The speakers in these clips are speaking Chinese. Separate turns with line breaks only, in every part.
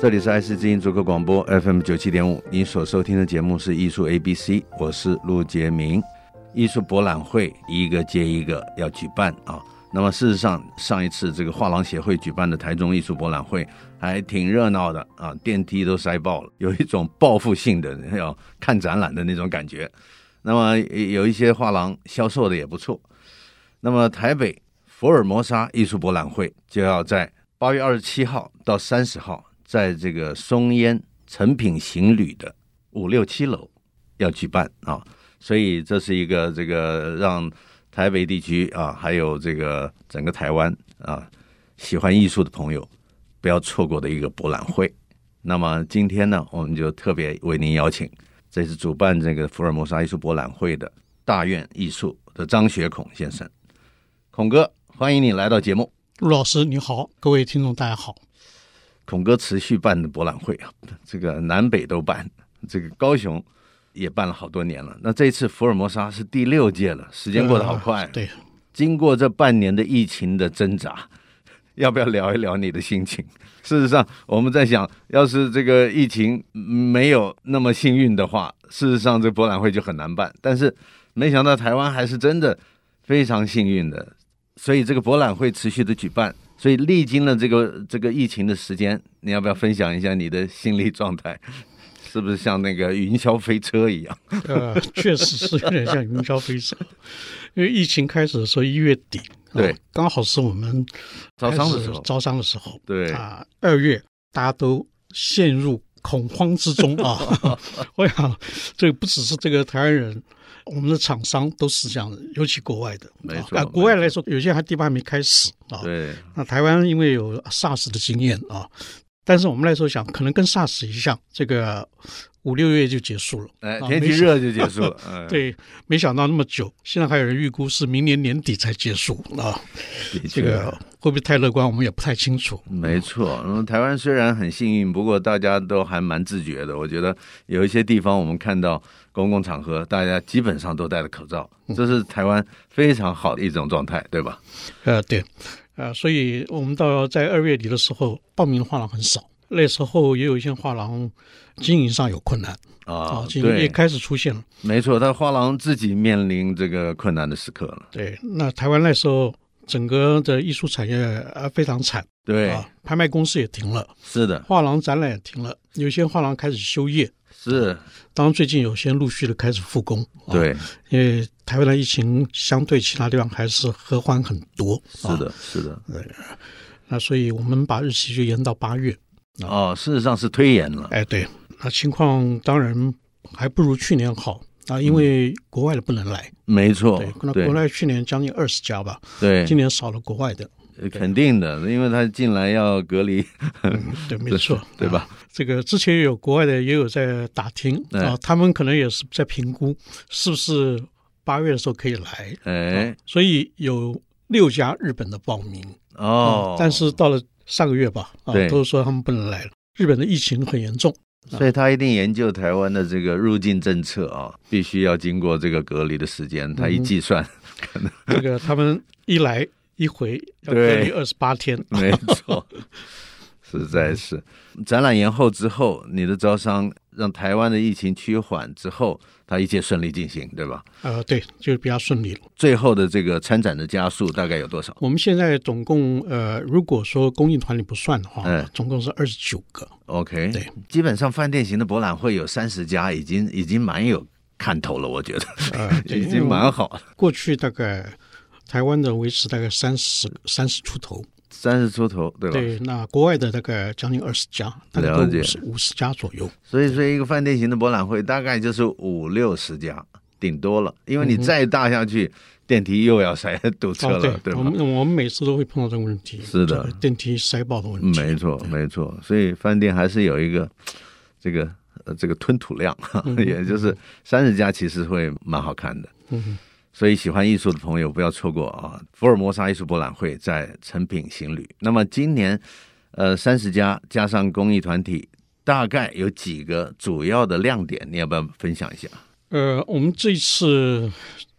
这里是爱思之音足客广播 FM 九七点五，您所收听的节目是艺术 A B C，我是陆杰明。艺术博览会一个接一个要举办啊，那么事实上上一次这个画廊协会举办的台中艺术博览会还挺热闹的啊，电梯都塞爆了，有一种报复性的要看展览的那种感觉。那么有一些画廊销售的也不错。那么台北福尔摩沙艺术博览会就要在八月二十七号到三十号。在这个松烟成品行旅的五六七楼要举办啊，所以这是一个这个让台北地区啊，还有这个整个台湾啊，喜欢艺术的朋友不要错过的一个博览会。那么今天呢，我们就特别为您邀请，这是主办这个福尔摩沙艺术博览会的大院艺术的张学孔先生，孔哥，欢迎你来到节目。
陆老师你好，各位听众大家好。
孔哥持续办的博览会啊，这个南北都办，这个高雄也办了好多年了。那这一次福尔摩沙是第六届了，时间过得好快。啊
呃、对，
经过这半年的疫情的挣扎， 要不要聊一聊你的心情？事实上，我们在想，要是这个疫情没有那么幸运的话，事实上这博览会就很难办。但是没想到台湾还是真的非常幸运的，所以这个博览会持续的举办。所以历经了这个这个疫情的时间，你要不要分享一下你的心理状态？ 是不是像那个云霄飞车一样？
呃， 确实是有点像云霄飞车，因为疫情开始的时候一月底，哦
对、啊，
刚好是我们
招商的时候，
招商的时候，
对
啊，二月大家都陷入恐慌 之中啊。我想，这不只是这个台湾人。我们的厂商都是这样的，尤其国外的，
没错。啊、
国外来说，有些还地方还没开始啊。
对。
那台湾因为有 SARS 的经验啊，但是我们来说想，可能跟 SARS 一样，这个五六月就结束了。
哎，天气热就结束了。嗯
哎、对，没想到那么久，现在还有人预估是明年年底才结束啊。这个会不会太乐观，我们也不太清楚。
啊没错，那么台湾虽然很幸运，不过大家都还蛮自觉的。我觉得有一些地方我们看到。公共场合，大家基本上都戴了口罩，
嗯
这是台湾非常好的一种状态，对吧？
呃，对，呃，所以我们到在二月底的时候，报名的画廊很少，那时候也有一些画廊经营上有困难
啊，
经哦营也开始出现了。
没错，他画廊自己面临这个困难的时刻了。
对，那台湾那时候整个的艺术产业啊非常惨，
对、
啊，拍卖公司也停了，
是的，
画廊展览也停了，有些画廊开始休业。
是，
当然最近有些陆续的开始复工，
啊、对，
因为台湾的疫情相对其他地方还是和缓很多。
啊、是的，是的，
对。那所以我们把日期就延到八月。
啊、哦，事实上是推延了。
哎，对，那情况当然还不如去年好啊，因为国外的不能来。
嗯、没错，嗯对，
那国内去年将近二十家吧，
对，
今年少了国外的。
肯定的，因为他进来要隔离，
嗯、对，没错，
对吧、
啊？这个之前有国外的也有在打听、哎、啊，他们可能也是在评估是不是八月的时候可以来，
哎、啊，
所以有六家日本的报名
哦、
嗯，但是到了上个月吧，啊，都说他们不能来了，日本的疫情很严 重。
所以他一定研究台湾的这个入境政策啊，必须要经过这个隔离的时间，他一计算，
嗯、可能这个他们一来。一回要隔离二十八天，
没错，实在是。展览延后之后，你的招商让台湾的疫情趋缓之后，它一切顺利进行，对吧？
呃，对，就是比较顺利了。
最后的这个参展的家数大概有多少？
我们现在总共呃，如果说公益团里不算的话，嗯、总共是二十九个。
OK，
对，
基本上饭店型的博览会有三十家，已经已经蛮有看头了，我觉得，
呃、
已经蛮好了。
过去大概。台湾的维持大概三十三十出头，
三十出头，对吧？
对，那国外的大概将近二十家，大概五十五十家左右。
所以，说一个饭店型的博览会大概就是五六十家，顶多了。因为你再大下去，嗯、电梯又要塞堵车了，
哦、对，我
吧？
们我们每次都会碰到这个问题，
是的
这个电梯塞爆的问题，
没错，没错。所以饭店还是有一个这个呃这个吞吐量，也就是三十家其实会蛮好看的。
嗯，
所以喜欢艺术的朋友不要错过啊！福尔摩沙艺术博览会在成品行旅。那么今年，呃，三十家加上公益团体，大概有几个主要的亮点，你要不要分享一下？
呃，我们这一次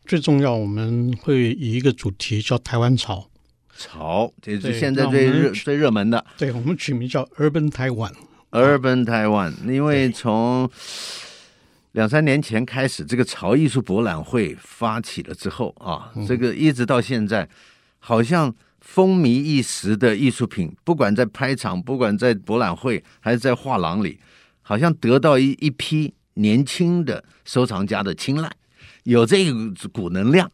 最重要，我们会以一个主题叫台湾潮，
潮，这是
对
现在
那我
最
们
热最热门的
对我们取名叫 Urban 台湾，
Urban Taiwan，因为从两三年前开始，这个潮艺术博览会发起了之后啊，
嗯
这个一直到现在，好像风靡一时的艺术品，不管在拍场，不管在博览会，还是在画廊里，好像得到一一批年轻的收藏家的青睐，有这股能量。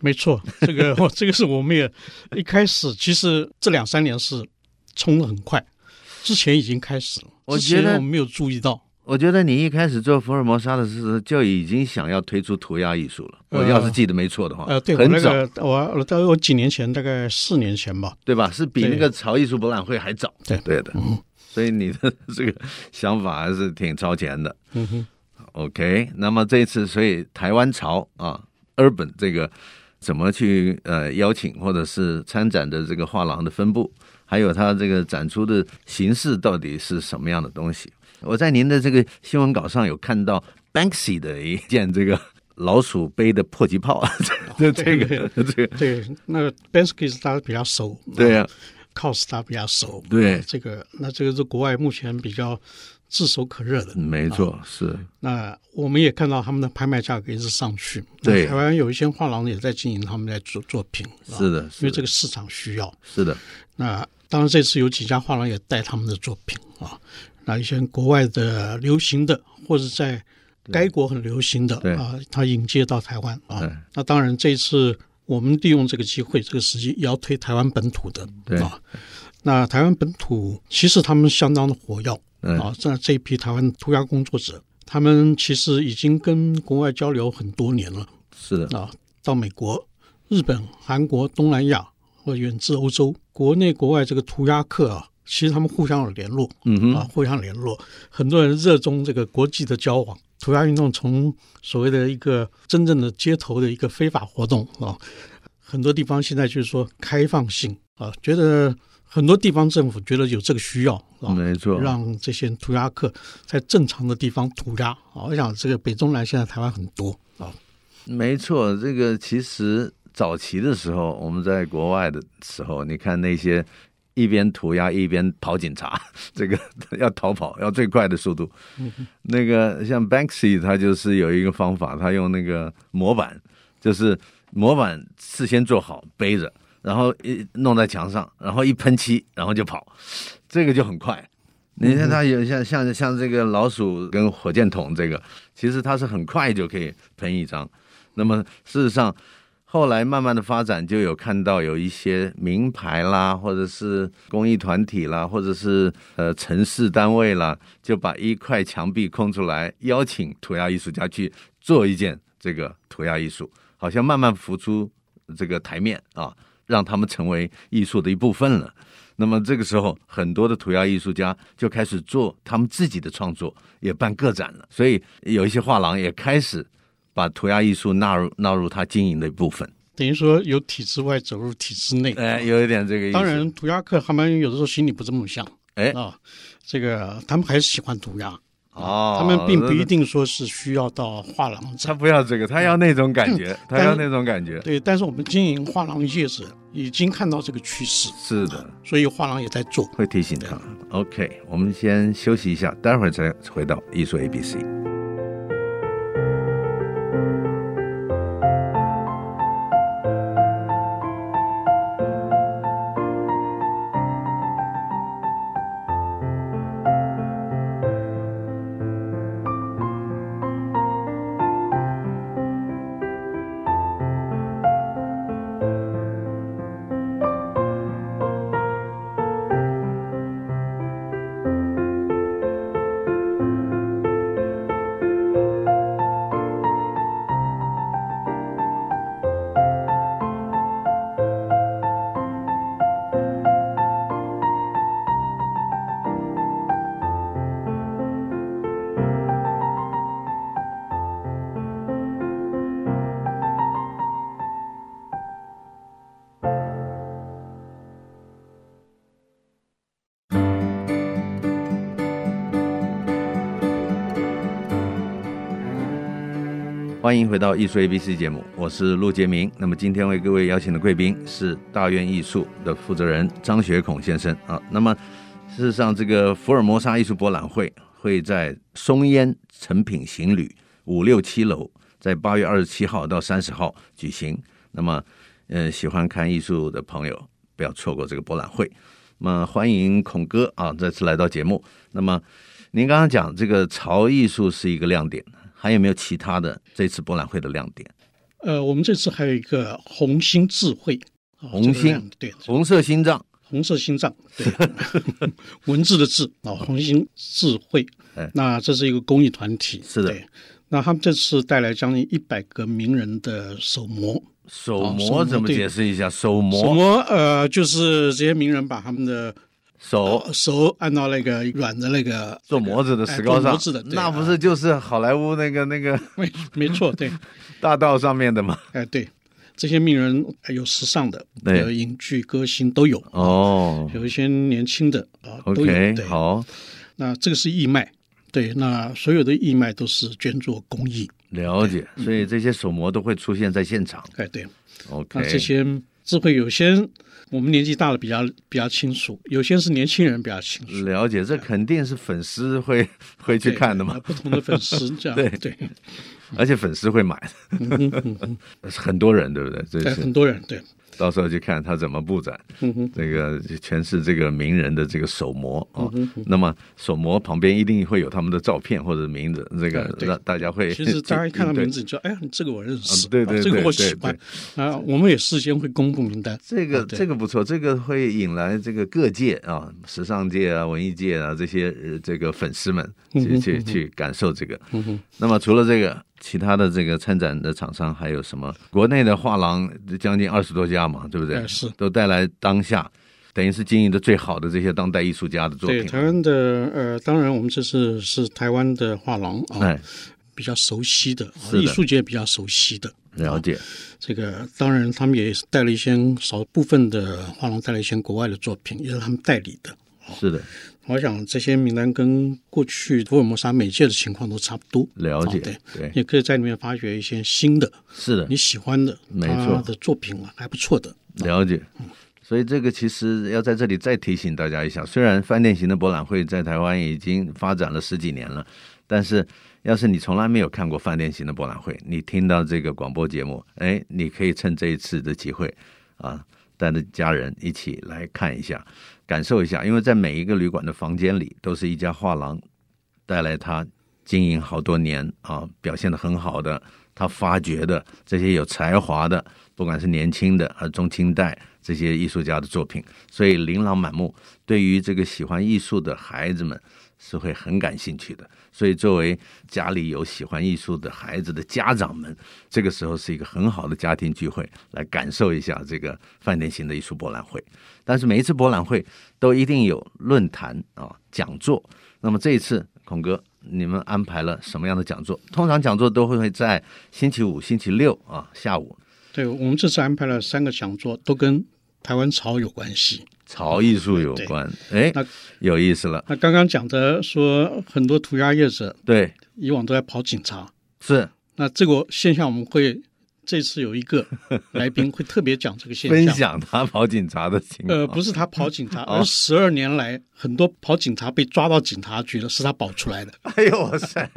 没错，这个 我这个是我们也一开始，其实这两三年是冲的很快，之前已经开始了，
我
之前
觉得
我们没有注意到，
我觉得你一开始做福尔摩沙的时候就已经想要推出涂鸦艺术了，我
呃
要是记得没错的话，
呃，对我
很
那
早
个我我大概我几年前，大概四年前吧，
对吧？是比
对
那个潮艺术博览会还早。
对嗯
对的，所以你的这个想法还是挺超前的。
嗯哼，
OK，那么这一次，所以台湾潮啊，Urban 这个怎么去呃邀请或者是参展的这个画廊的分布，还有它这个展出的形式到底是什么样的东西？我在您的这个新闻稿上有看到 Banksy 的一件这个老鼠背的迫击
哦
炮，这 这个这个
对，那个 Bansky 是大家比较熟，
对呀、
，Cos 大家比较熟，
对，
这个那这个是国外目前比较炙手可热的，
嗯没错，
啊
是
那我们也看到他们的拍卖价格一直上去，那
对
台湾有一些画廊也在经营他们在做作品，吧
是的，
因
是
为这
的，
个市场需要。
是的。
那当然，这次有几家画廊也带他们的作品啊，那一些国外的流行的，或者在该国很流行的
对
啊，他引介到台湾啊
对。
那当然，这一次我们利用这个机会，这个时机也要推台湾本土的
对
啊。那台湾本土其实他们相当的活跃
嗯
啊，这这一批台湾涂鸦工作者，他们其实已经跟国外交流很多年了。
是的，
啊，到美国、日本、韩国、东南亚或远至欧洲，国内国外这个涂鸦客啊，其实他们互相有联络，
嗯哼，
啊，互相联络，很多人热衷这个国际的交往。涂鸦运动从所谓的一个真正的街头的一个非法活动啊，很多地方现在就是说开放性啊，觉得很多地方政府觉得有这个需要啊，
没错，
让这些涂鸦客在正常的地方涂鸦啊。我想这个北中南现在台湾很多啊，
没错。这个其实早期的时候，我们在国外的时候，你看那些一边涂鸦一边跑警察， 这个要逃跑要最快的速度。那个像 Banksy，他就是有一个方法，他用那个模板，就是模板事先做好背着，然后一弄在墙上，然后一喷漆，然后就跑，这个就很快。你看它有像像像这个老鼠跟火箭筒这个，其实它是很快就可以喷一张。那么事实上，后来慢慢的发展，就有看到有一些名牌啦，或者是公益团体啦，或者是呃城市单位啦，就把一块墙壁空出来，邀请涂鸦艺术家去做一件这个涂鸦艺术，好像慢慢浮出这个台面啊，让他们成为艺术的一部分了。那么这个时候，很多的涂鸦艺术家就开始做他们自己的创作，也办个展了。所以有一些画廊也开始把涂鸦艺术纳入纳入他经营的一部分。
等于说由体制外走入体制内。啊
哎，有一点这个意思。
当然，，涂鸦客他们有的时候心里不这么想
哎，
啊，这个他们还是喜欢涂鸦，
哦，
他们并不一，定说是需要到画廊
他
展。
不要这个，他要那种感觉，他要那种感觉。
对，嗯但是我们经营画廊业者已经看到这个趋势，
是的，
所以画廊也在做。
会提醒他。OK，我们先休息一下，待会儿再回到艺术 ABC。欢迎回到艺术 A B C 节目，我是陆杰明。那么今天为各位邀请的贵宾是大院艺术的负责人张学孔先生啊。那么事实上，这个福尔摩沙艺术博览会会在松烟诚品行旅五六七楼，在八月二十七号到三十号举行。那么，呃，喜欢看艺术的朋友不要错过这个博览会。那么欢迎孔哥啊，再次来到节目。那么您刚刚讲这个潮艺术是一个亮点，还有没有其他的这次博览会的亮点？
呃，我们这次还有一个红星智慧，啊
红
这个
星
亮对
红色心脏，
红色心脏，对， 文字的字啊，红星智慧
哎。
那这是一个公益团体，
是的
对。那他们这次带来将近一百个名人的手模，
手
哦手
模
模
怎么
对
解释一下？手
手
模
模呃，就是这些名人把他们的
手
呃手按到那个软的那个
做模子的
哎
石膏
做
上
模子的，对
那
啊
不是就是好莱坞那个那 个
没没错，对，
大道上面的吗？
哎对，这些名人哎有时尚的，
对
有影剧歌星都有，
哦
有一些年轻的啊都有。
，OK，
对，
好，
那这个是义卖，对，那所有的义卖都是捐做公益，
了解。所以这些手模都会出现在现场
哎对，那
，OK，
这些智慧有些我们年纪大了比较比较清楚，有些是年轻人比较清楚。
了解。这肯定是粉丝会会去
对
看的嘛
呃。不同的粉 丝这样
对
对，
而且粉丝会买， 很多人对不嗯对？这
对
是
很多人对，嗯
到时候去看他怎么布展，这个全是这个名人的这个手模啊、
嗯
哦。那么手模旁边一定会有他们的照片或者名字，这个
呃对
让大家会
其实 大家一看到名
字，
字你就哎呀，这个我认识，
啊对对
啊这个
对
我
对
喜欢啊。我们也事先会公布名单，
这个
啊对
这个不错，这个会引来这个各界啊，时尚界啊、文艺界啊这些呃这个粉丝们
嗯
去去去感受这个。那么除了这个，其他的这个参展的厂商还有什么？国内的画廊将近二十多家嘛，对不对？
哎是
都带来当下，等于是经营的最好的这些当代艺术家的作
对
品。
台湾的呃，当然我们这次是台湾的画廊啊，
哎，
比较熟悉的，啊
是的
艺术界比较熟悉的。
了解，
这个当然，他们也是带了一些少部分的画廊带了一些国外的作品，也是他们代理的。
是的，
我想这些名单跟过去福尔摩沙每届的情况都差不多，
了解，
哦对
对，
也可以在里面发掘一些新的
是的
你，喜欢的，
没
他
错
的作品啊还不错的。
嗯了解。所以这个其实要在这里再提醒大家一下，虽然饭店型的博览会在台湾已经发展了十几年了，但是要是你从来没有看过饭店型的博览会，你听到这个广播节目，哎，你可以趁这一次的机会啊，带着家人一起来看一下，感受一下，因为在每一个旅馆的房间里都是一家画廊带来他经营好多年啊，表现的很好的，他发掘的这些有才华的，不管是年轻的还是中青代这些艺术家的作品，所以琳琅满目。对于这个喜欢艺术的孩子们是会很感兴趣的。所以，作为家里有喜欢艺术的孩子的家长们，这个时候是一个很好的家庭聚会，来感受一下这个饭店型的艺术博览会。但是每一次博览会都一定有论坛啊、讲座。那么这一次，孔哥，你们安排了什么样的讲座？通常讲座都会在星期五、星期六啊下午。
对我们这次安排了三个讲座，都跟台湾潮有关系。
潮艺术有关，哎
那，
有意思了。
那刚刚讲的说，很多涂鸦业者
对，
以往都在跑警察，
是
那这个现象我们会这次有 一个来宾会特别讲这个现象。
分享他跑警察的情况。
呃，不是他跑警察，
哦
而十二年来很多跑警察被抓到警察局的是他跑出来 的。
哎呦哇塞，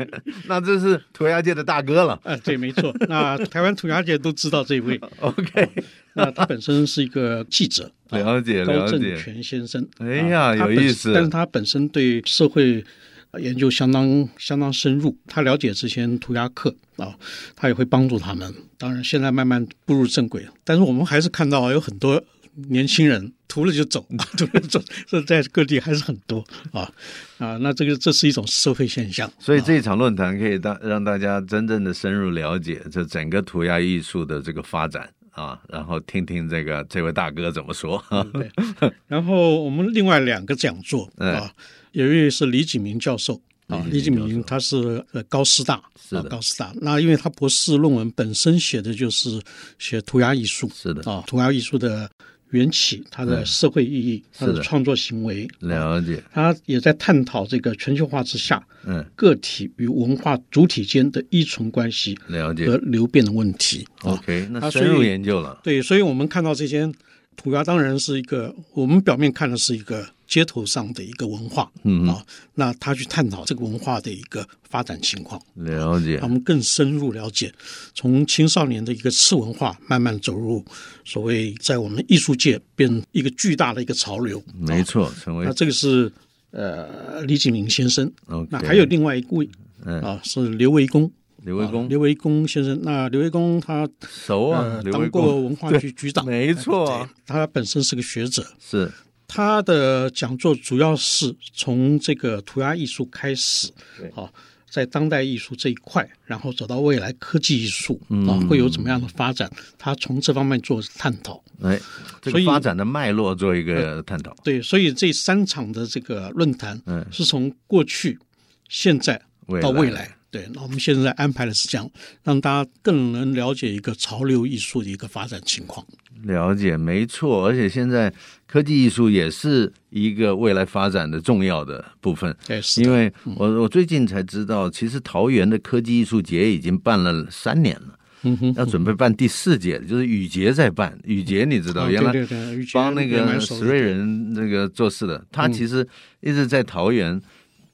那这是涂鸦界的大哥了。
哎、对，没错。那台湾涂鸦界都知道这位，
OK，
那他本身是一个记者，啊
了解
高
了
正
解，
全先生。
哎呀
啊他
有
本
意思
但是他本身对社会呃研究相当相当深入，他了解这些涂鸦客啊，他也会帮助他们。当然，现在慢慢步入正轨，但是我们还是看到有很多年轻人涂了就走， 涂了就走，这在各地还是很多啊啊。那这个这是一种社会现象，
所以这场论坛可以大让大家真正的深入了解这整个涂鸦艺术的这个发展啊，然后听听这个这位大哥怎么说。
嗯 对。然后我们另外两个讲座啊，有一位是李景明教授啊，
嗯李
李
景
景
明
明他是呃高师大，
是的
啊高师大。那因为他博士论文本身写的就是写涂鸦艺 术，
是的嗯
啊，涂鸦艺术的。缘起、它的社会意义、它
是
的
的
创作行为。
了解，
它也在探讨这个全球化之下
嗯，
个体与文化主体间的依存关系
了解哦
和流变的问题。啊，
，OK，那
啊
深入
呃所以
研究了，
对，所以我们看到这些涂鸦，当然是一个我们表面看的是一个街头上的一个文化，
嗯
啊，那他去探讨这个文化的一个发展情况，
了解
让我，们更深入了解，从青少年的一个次文化慢慢走入所谓在我们艺术界变一个巨大的一个潮流。
没错，成为
那这个是呃李景林先生，
OK，
那还有另外一位
嗯
啊是刘维公，
刘卫
啊
公
刘维公先生。那刘维公他
熟啊，
呃
刘卫
当
公
过文化局 局长，
没错啊
对，他本身是个学者，
是
他的讲座主要是从这个涂鸦艺术开始
对，
啊，在当代艺术这一块，然后走到未来科技艺术
嗯
啊，会有怎么样的发展？他从这方面做探讨。
哎，这
所
个
以
发展的脉络做一个探讨，
对，所以这三场的这个论坛
嗯
是从过去、现在
未
到
来
未来。对，那我们现在安排的是这样，让大家更能了解一个潮流艺术的一个发展情况。
了解，没错，而且现在科技艺术也是一个未来发展的重要的部分。
对，是的哦
因为我我最近才知道，其实桃园的科技艺术节已经办了三年了，
嗯哼，
要准备办第四届，就是雨节在办。雨节你知道，
啊
原来
对对对雨节
帮那
也
个
蛮熟的
石瑞仁那个做事的，
嗯
他其实一直在桃园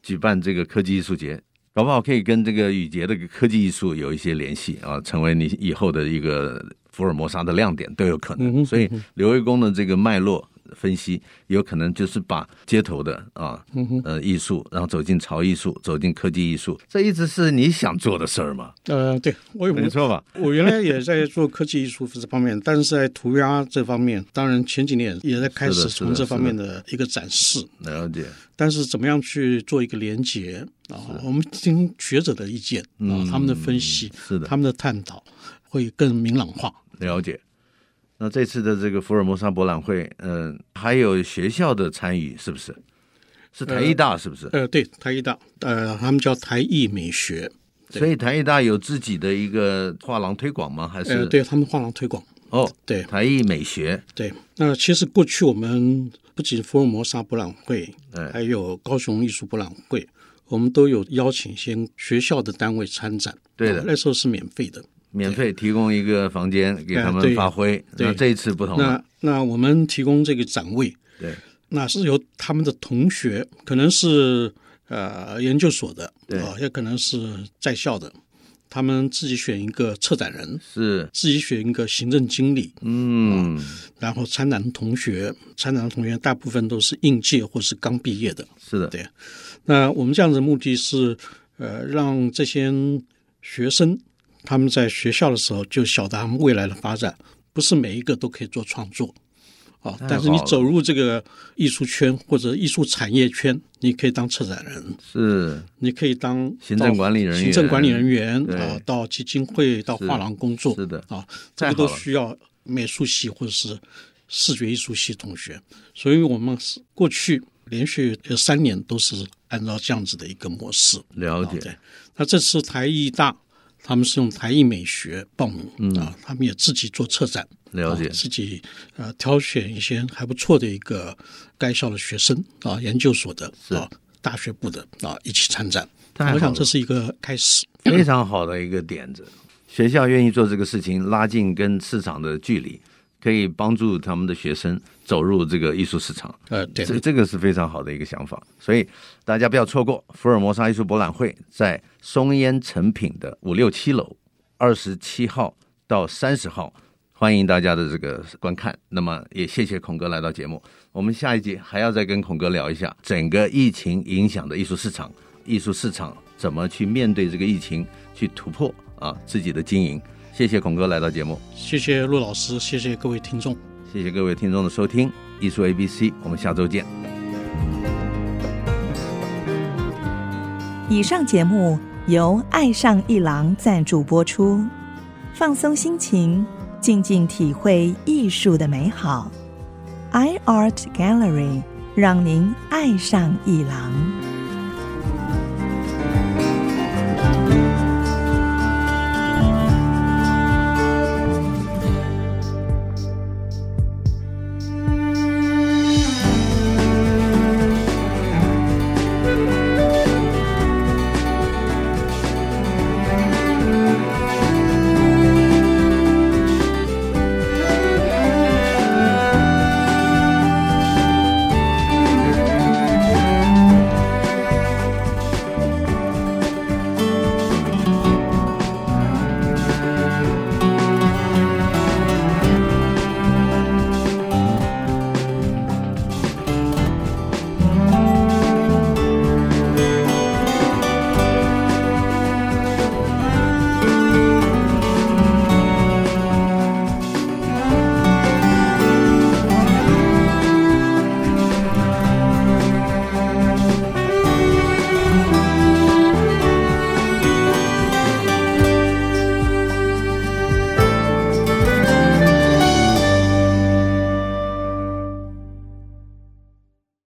举办这个科技艺术节，搞不好可以跟这个雨节的科技艺术有一些联系啊，成为你以后的一个福尔摩沙的亮点都有可
嗯
能。
哼
所以刘卫公的这个脉络分析，有可能就是把街头的啊，
嗯
呃，艺术，然后走进潮艺术，走进科技艺术，这一直是你想做的事儿嘛，
呃，对我有
没错吧？
我原来也在做科技艺术这方面，但是在涂鸦这方面，当然前几年也在开
是
始
的是的
从这方面的一个展示。
了解，
但是怎么样去做一个连接啊？我们听学者的意见啊，他们的分析，
嗯是的
他们的探讨会更明朗化。
了解。那这次的这个福尔摩沙博览会，嗯、还有学校的参与，是不是？是台艺大，是不是？
呃，对，台艺大，呃，他们叫台艺美学，
所以台艺大有自己的一个画廊推广吗？还是、
呃，对他们画廊推广，
哦，
对
台艺美学，
对。那其实过去我们不仅福尔摩沙博览会，
哎
还有高雄艺术博览会，我们都有邀请一些学校的单位参展。
对
啊
的，
那时候是免费的。
免费提供一个房间给他
哎
们
对
发挥。
对
那这一次不同了，
那那我们提供这个展位，
对，
那是由他们的同学，可能是呃研究所的，
对
啊也可能是在校的，他们自己选一个策展人，
是，
自己选一个行政经理，
嗯，
然后参展的同学，参展的同学大部分都是应届或是刚毕业的。
是的，
对那我们这样子的目的是，呃，让这些学生他们在学校的时候就晓得他们未来的发展，不是每一个都可以做创作。啊，
太
但是你
好了
走入这个艺术圈或者艺术产业圈，你可以当策展人，
是
你可以当
行政
到
管理人员
行政管理人员
对
啊，到基金会、到
是
画廊工作，
是的
啊，这
太
个
好了
都需要美术系或者是视觉艺术系同学，所以我们是过去连续有三年都是按照这样子的一个模式。
了
啊对
解，，
那这次台艺大他们是用台艺美学报名、啊，他们也自己做策展，
嗯了解
啊自己呃挑选一些还不错的一个该校的学生啊，研究所的啊，大学部的啊一起参展。
太好
我想
了
这是一个开始。
非常好的一个点子。学校愿意做这个事情，拉近跟市场的距离，可以帮助他们的学生走入这个艺术市场。
呃，对，
这这个是非常好的一个想法，所以大家不要错过福尔摩沙艺术博览会在松烟成品的五六七楼二十七号到三十号，欢迎大家的这个观看。那么也谢谢孔哥来到节目，我们下一集还要再跟孔哥聊一下整个疫情影响的艺术市场，艺术市场怎么去面对这个疫情，去突破啊自己的经营。谢谢孔哥来到节目，
谢谢陆老师，谢谢各位听众。
谢谢各位听众的收听，艺术 A B C，我们下周见。
以上节目由爱上一郎赞助播出，放松心情，静静体会艺术的美好。iArt Gallery 让您爱上一郎。